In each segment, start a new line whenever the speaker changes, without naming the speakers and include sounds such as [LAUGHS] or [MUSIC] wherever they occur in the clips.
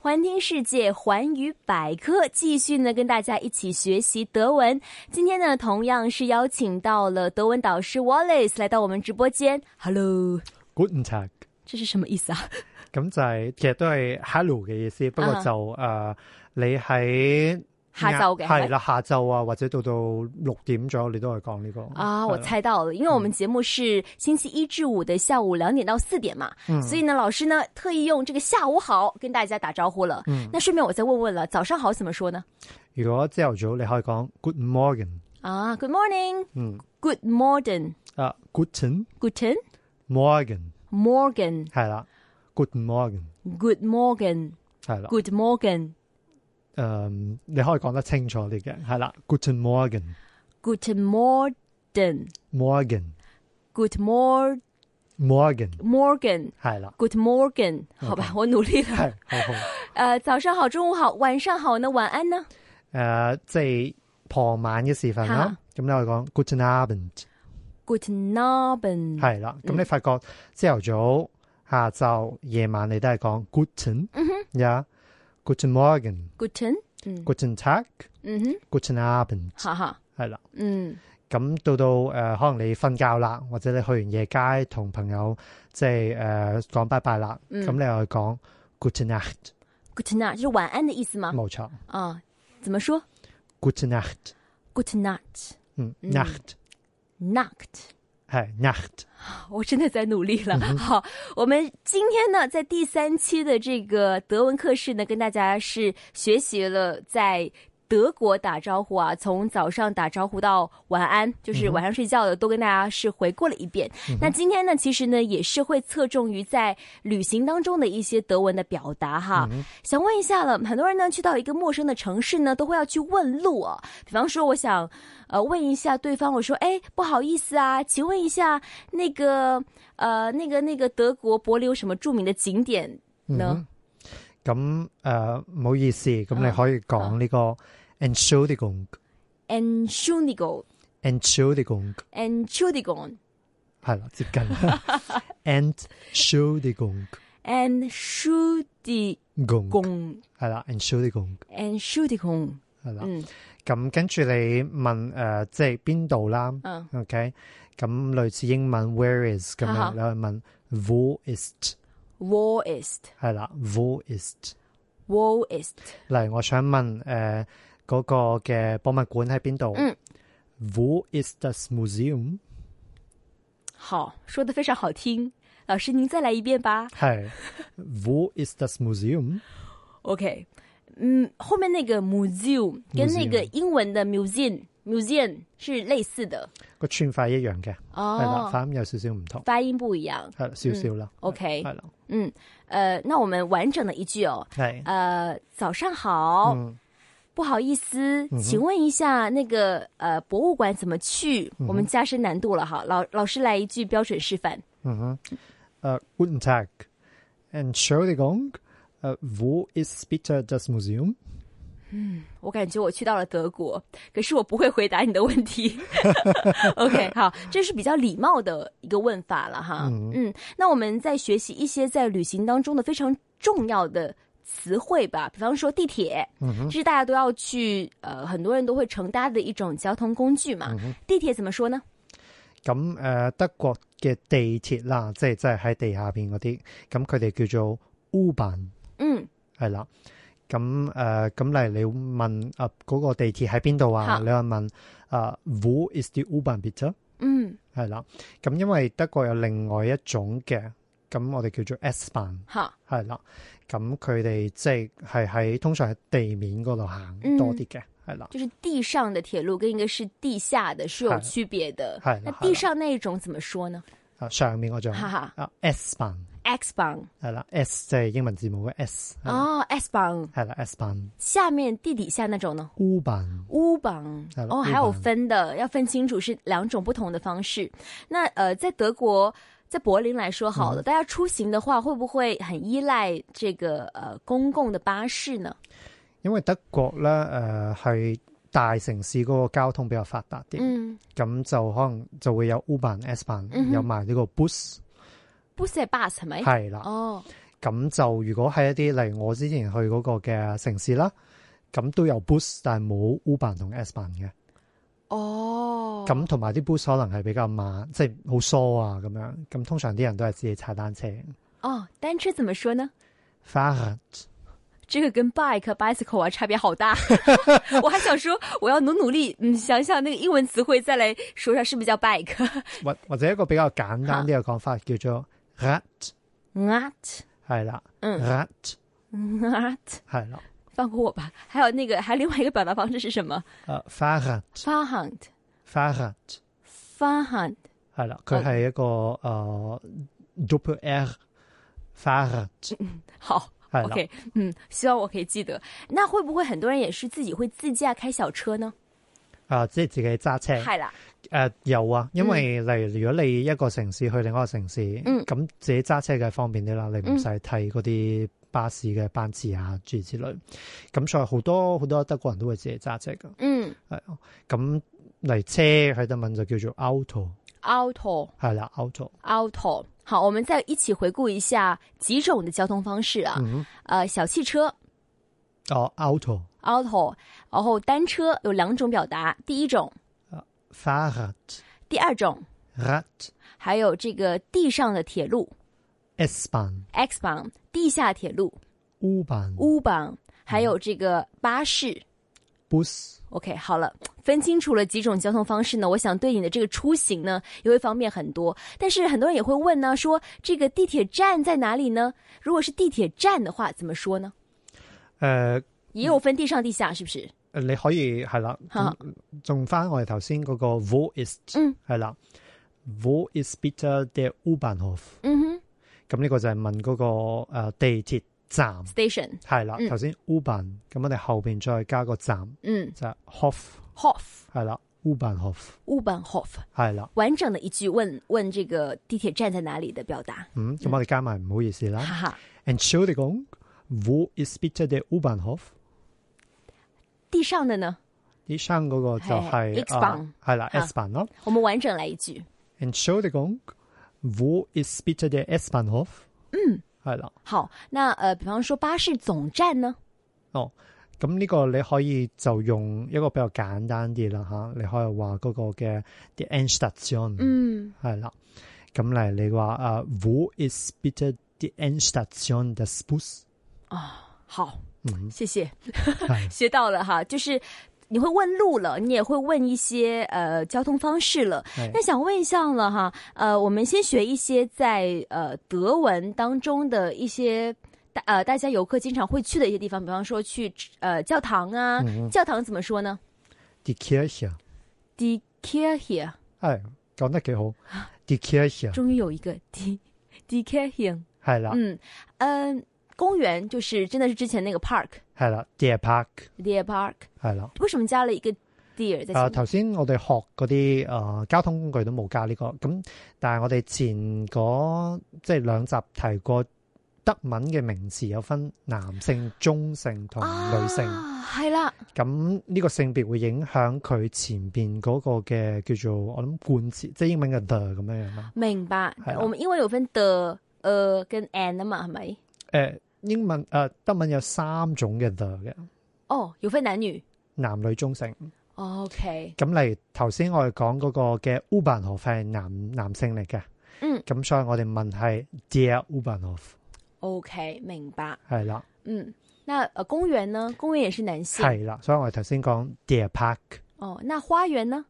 环听世界，环宇百科，继续呢跟大家一起学习德文。今天呢，同样是邀请到了德文导师 Wallace 来到我们直播间。Hello，
Guten Tag，
这是什么意思啊？
咁就係、其實都係 hello 嘅意思，不過
啊
就誒、呃你喺
下晝嘅係咪
係啦，下晝啊，或者到到六點左右，你都係講呢個
啊，我
係啦
猜到了，因为我们节目是星期一至五的下午两点到四点嘛，所以呢，老师呢特意用这个下午好跟大家打招呼了。那顺便我再问问了，早上好怎么说呢？
如果朝頭早你可以講 Good Morning，
啊，Good morning，
嗯
g o o d morning，Guten
啊 Guten Morgen
Morgen，Good
係啦，Good Morning
morning，Good
係啦，誒、嗯
morning。
你可以講得清楚啲嘅，係啦，Guten Morgen
Guten Morgen,
Morgen
Good Mor
Morgen
Morgan,
係啦，
Good Morgan，好吧，我努力了。
係好好誒、
呃，早上好，中午好，晚上好呢？晚安呢
即係傍晚嘅時分
嚇
啦，咁你可以講 Guten Abend。
？Guten Abend，
係啦，
嗯
咁你發覺朝頭早、下晝、夜晚你都係講 Guten，呀，Guten Morgen、
Guten，嗯
Guten Tag、
嗯哼，
Guten Abend，
哈哈，
係啦。
嗯
咁到到誒、呃可能你瞓覺啦，或者你去完夜街同朋友即係誒講拜拜啦，
嗯
咁你又去講 Guten Nacht，
，Good night 就是晚安的意思吗？
冇錯
啊，怎么说
，Guten Nacht，
？Good night,
嗯，Nacht
night。
係 Nacht，
我真的在努力了。好，我们今天呢，在第三期的这个德文课室呢，跟大家是学习了在德国打招呼啊，从早上打招呼到晚安，就是晚上睡觉的，都跟大家是回顾了一遍。那今天呢，其实呢，也是会侧重于在旅行当中的一些德文的表达哈。想问一下了，很多人呢去到一个陌生的城市呢，都会要去问路啊。比方说，我想呃问一下对方，我说哎不好意思啊，请问一下那个呃那个那个德国柏林有什么著名的景点呢？
嗯咁誒唔好意思，咁
啊
你可以講呢個 Entschuldigung，Entschuldigung。
n s c h u n d i g o a n s c h u d i g o
系啦，接近
[LAUGHS]
and shooting
a n s c h u d i
共
g
系啦，and shooting
a n s c h u d i g
系啦。
嗯
咁跟住你問诶、呃即係邊度啦
嗯
？OK，咁類似英文 where is 咁
哈哈
樣，你去問 who is t
w a r is
係啦，who is t
w a r is
例如我想問诶嗰個嘅博物館喺邊度？
嗯
Who is this museum？
[LAUGHS] 好，说的非常好听。老师，您再来一遍吧。
係 Who is this museum？
OK，嗯，后面那个 museum 跟那个英文的 museum museum 是类似的
個串法一樣嘅，係啦，
哦，
發音有少少唔同，
发音不一样。
係啦少少啦。
OK，
係啦，
嗯，呃，那我们完整的一句哦，
係。
呃，早上好，
嗯
不好意思，请问一下那个呃博物馆怎么去？我们加深难度了哈，老老师来一句标准示范。
Mhm. Äh, guten Tag. Entschuldigung, äh, wo ist bitte das Museum?
我感觉我去到了德国，可是我不会回答你的问题。OK，好，这是比较礼貌的一个问法了哈。嗯那我们再学习一些在旅行当中的非常重要的词汇吧，比方说地铁，这是大家都要去，呃，很多人都会乘搭的一种交通工具嘛。地铁怎么说呢？
咁誒、呃德國嘅地鐵啦，即係即係喺地下邊嗰啲，咁佢哋叫做 U-Bahn
嗯，
係啦。咁誒咁嚟，例如你問啊嗰、個地鐵喺邊度啊？
嚇
你話問啊、Wo is the U-Bahn bitte？
嗯，
係啦。咁因為德國有另外一種嘅，咁我哋叫做 S-Bahn。
好，
係啦，咁佢哋即係係喺通常喺地面嗰度行
嗯
多啲嘅，係啦、
就是地上的铁路跟一个是地下的是有
嗨
区别的
嗨。
那
嗨
地上那一种怎么说呢？
啊上面嗰種
哈哈
啊 S 版
，X 棒
係啦，S 即係英文字母嘅 S 係啦
哦，X 棒
係啦，S 版
下面地底下那种呢？
U 版
乌榜
好了
哦，
乌
还有
榜
分的，要分清楚是两种不同的方式。那呃，在德国，在柏林来说好了，大家出行的话，会不会很依赖这个呃公共的巴士呢？
因為德國咧誒係大城市嗰個交通比較發達啲，
嗯，
咁、就可能就會有 U 版 S 版
嗯哼
有埋呢個 bus
不是 bus 没？
係啦，
哦，
咁就如果係一啲例如我之前去嗰個嘅城市啦，咁都有 bus，但係冇 U 版同 S 版嘅。
哦，
咁同埋啲 bus 可能係比較慢，即係好疏啊咁樣。咁通常啲人都係自己踩單車。啊
哦，单车怎么说呢？
f a h
这个跟 bike、bicycle 啊差别好 [LAUGHS] 大。我还想说，我要努努力，嗯，想想那个英文词汇，再来说下是不是叫 bike。
或或者一個比較簡單啲嘅講法叫做 rat，
Not
係啦，
嗯
rat
not，
係啦，
放过我吧。还有那个，还有另外一个表达方式是什么
誒 f a h
？Fahand
f a h
Fahand
啊係
哦
啦，佢係一個誒 double r f a h
好。
係啦。
OK，嗯，希望我可以记得。那会不会很多人也是自己会自驾开小车呢？
啊，即係自己揸車。
係啦，
誒、有啊，因為例如如果你一個城市去另一個城市，
嗯
咁、自己揸車嘅方便啲啦，你唔使睇嗰啲巴士嘅班次啊，諸如此類。咁所以好多好多德國人都會自己揸車噶，
嗯
係啊。咁嚟車喺德文就叫做 auto，
，auto
係啦，auto。
auto。好，我们再一起回顾一下几种的交通方式啊。
嗯，
呃，小汽车
哦，auto
auto，然后单车有两种表达，第一种，
Fahrrad、
第二种，
Rad、
还有这个地上的铁路
S-Bahn、
x b a n 地下铁路
U-Bahn、
u b a n 还有这个巴士。
Bus。
OK，好了，分清楚了几种交通方式呢，我想对你的这个出行呢也会方便很多。但是很多人也会问呢，说这个地铁站在哪里呢？如果是地铁站的话，怎么说呢？
誒、
也有分地上地下，是不是？
你可以係啦，
哈
仲翻我哋頭先嗰個 Wo ist
嗯
係啦，Wo ist bitte der U-Bahnhof？
嗯哼
咁呢個就係問嗰個呃地鐵站
，station，
係啦
嗯。
頭先 U-Bahn，咁我哋後邊再加個站
嗯
就係 Hof
，Hof
係啦，U-Bahnhof
u b a n Hof，
係啦。
完整的一句问问这个地铁站在哪里的表达，
嗯，咁我哋加埋唔好意思
哈
啦。
哈，
Entschuldigung, wo ist bitte der U-Bahnhof？
地上的呢？
啲生嗰個就
係
係
S-Bahn
啊係啦
嚇
，S-Bahn 咯。
我们完整来一句，
Entschuldigung, wo ist bitte der S-Bahnhof？嗯，係啦。
好，那呃，比方说巴士总站呢？
咁呢個你可以就用一個比較簡單啲啦嚇，你可以話嗰個嘅 the end station，
嗯
係啦。咁嚟你話啊，Wo is bitte the end station des Bus？
啊、好，
嗯
谢谢，
係
[LAUGHS] 学到了哈，就是。你会问路了，你也会问一些呃交通方式了。
係
那想问一下了哈，呃，我们先学一些在呃德文当中的一些大呃大家游客经常会去的一些地方，比方说去呃教堂啊，
嗯
教堂怎么说呢
die Kirche，
？Die Kirche。
係講得幾好，die Kirche
终于有一个 D D K 型，
係啦，
嗯嗯，公园就是真的是之前那个 park
係啦，die Park
deer park，
係啦。
为什么加了一个 deer 在前
啊，
面？
頭先我哋學嗰啲誒交通工具都冇加呢、個，咁但係我哋前嗰即係兩集提過德文嘅名詞有分男性、中性同女性，
啊，系啦，
咁呢、個性別會影響佢前邊嗰個嘅叫做我諗冠詞，即係英文嘅 the 咁樣樣啦。
明白
系。啦
我们因为有分的、呃跟 and 的嘛，系咪？
誒、英文誒、呃德文有三種嘅 the 嘅，
哦，有分男女。
男女中性。
OK，
咁例如頭先我哋講嗰個嘅 Ubahnhof 係男男性嚟嘅，
嗯
咁所以我哋問係 dear Ubahnhof。
，OK，明白。
係啦，
嗯，那呃公园呢？公园也是男性。
係啦，所以我哋頭先講 dear park，
哦，那花园呢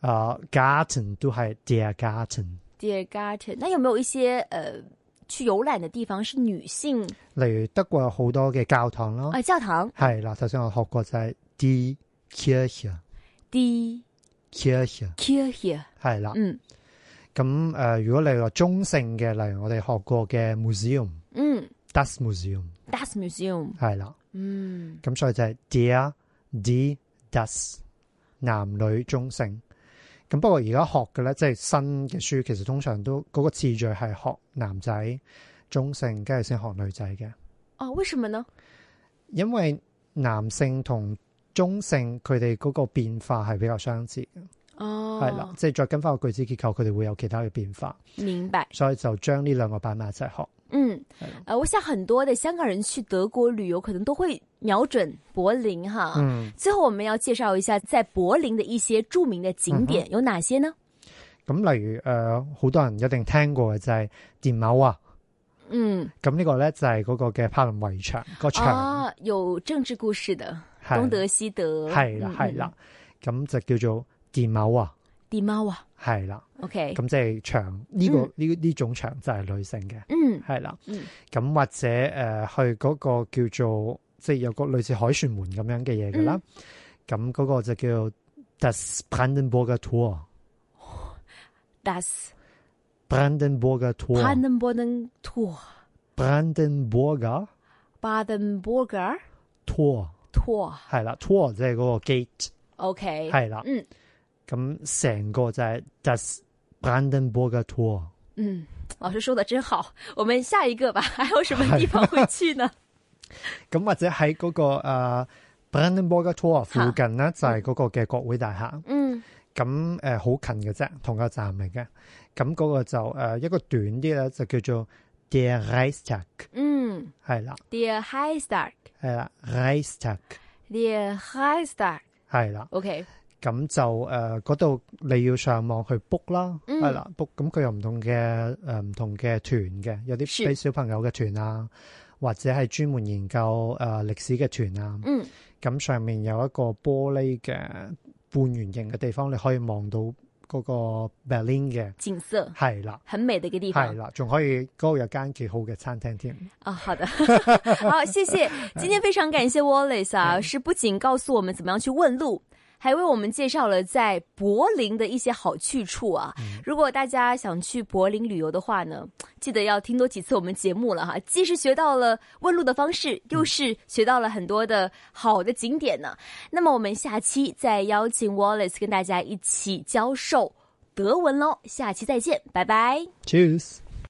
啊、garden 都係 dear garden。
？Deer garden。那有没有一些呃去游览的地方是女性？
例如德國有好多嘅教堂啦，
呃，教堂。
係啦，頭先我學過就係 die Kirche，Kirche
D Kirche。
係啦。
嗯
咁誒、呃如果你話中性嘅，例如我哋學過嘅 museum，das
嗯
museum
，Das Museum，
係啦。
嗯
咁所以就係 dear d das 男女中性。咁不過而家學嘅咧，即係新嘅書，其實通常都嗰、個次序係學男仔中性，跟住先學女仔嘅，
哦，为什么呢？
因為男性同中性佢哋嗰個變化係比較相似嘅，
哦，
係啦、，即係再跟翻個句子結構，佢哋會有其他嘅變化，
明白，
所以就將呢兩個擺埋一齊學。
嗯
係咯，
呃，我想很多的香港人去德国旅游，可能都会瞄准柏林哈。
嗯，
最后，我们要介绍一下在柏林的一些著名的
嗯
景点、有哪些呢？
咁例如誒，呃好、多人一定聽過嘅就係電某啊，
嗯，
咁呢個咧就係嗰個嘅柏林圍牆個牆，
啊，有政治故事的
係
东德西德，嗯
係啦係啦，咁就叫做電某啊，
地貓啊
係啦，
，OK，
咁即係牆呢個
嗯
呢呢種牆就係女性嘅。
嗯
係啦
嗯，
咁或者誒、呃去嗰個叫做即係有個類似凱旋門咁樣嘅嘢㗎啦，
嗯
咁嗰、個就叫 Das Brandenburger Tor，Brandenburger
，Das
Tor，Brandenburger
Brandenburger Tor。巴登 burger
Tor
托
係啦，Tor 即係嗰個 gate
，OK，
係啦，
嗯
咁成個就係 Das Brandenburger Tor。
嗯，老师说的真好，我们下一个吧，还有什么地方会去呢？
咁或者喺嗰、個、呃 Brandenburger Tor 附近咧，就係嗰個嘅國會大廈。
嗯
咁誒好近嘅啫，同個站嚟嘅。咁嗰個就誒、呃一個短啲咧，就叫做 Der Reichstag，
嗯
係啦，
，Dear High Star。
係啦，Reichstag，
Dear High Star，
係啦。
OK，
咁就誒嗰度你要上網去 book 啦，
嗯
係啦，book。咁佢有唔同嘅誒唔同嘅團嘅，有
是
啲俾小朋友嘅團啊，或者係專門研究誒、呃、歷史嘅團啊。
嗯
咁上面有一個玻璃嘅半圓形嘅地方，你可以望到嗰個 Berlin 嘅，
景色
係啦。
很美的一个地
係
方
啦，仲可以嗰度有間幾好嘅餐廳添。
啊。好的， [LAUGHS] 好，谢谢。今天非常感谢 Wallace 啊，是不仅告诉我们怎么样去问路。还为我们介绍了在柏林的一些好去处啊！如果大家想去柏林旅游的话呢，记得要听多几次我们节目了哈。既是学到了问路的方式，又是学到了很多的好的景点呢、那么我们下期再邀请 Wallace 跟大家一起教授德文喽。下期再见，拜拜。
Cheers。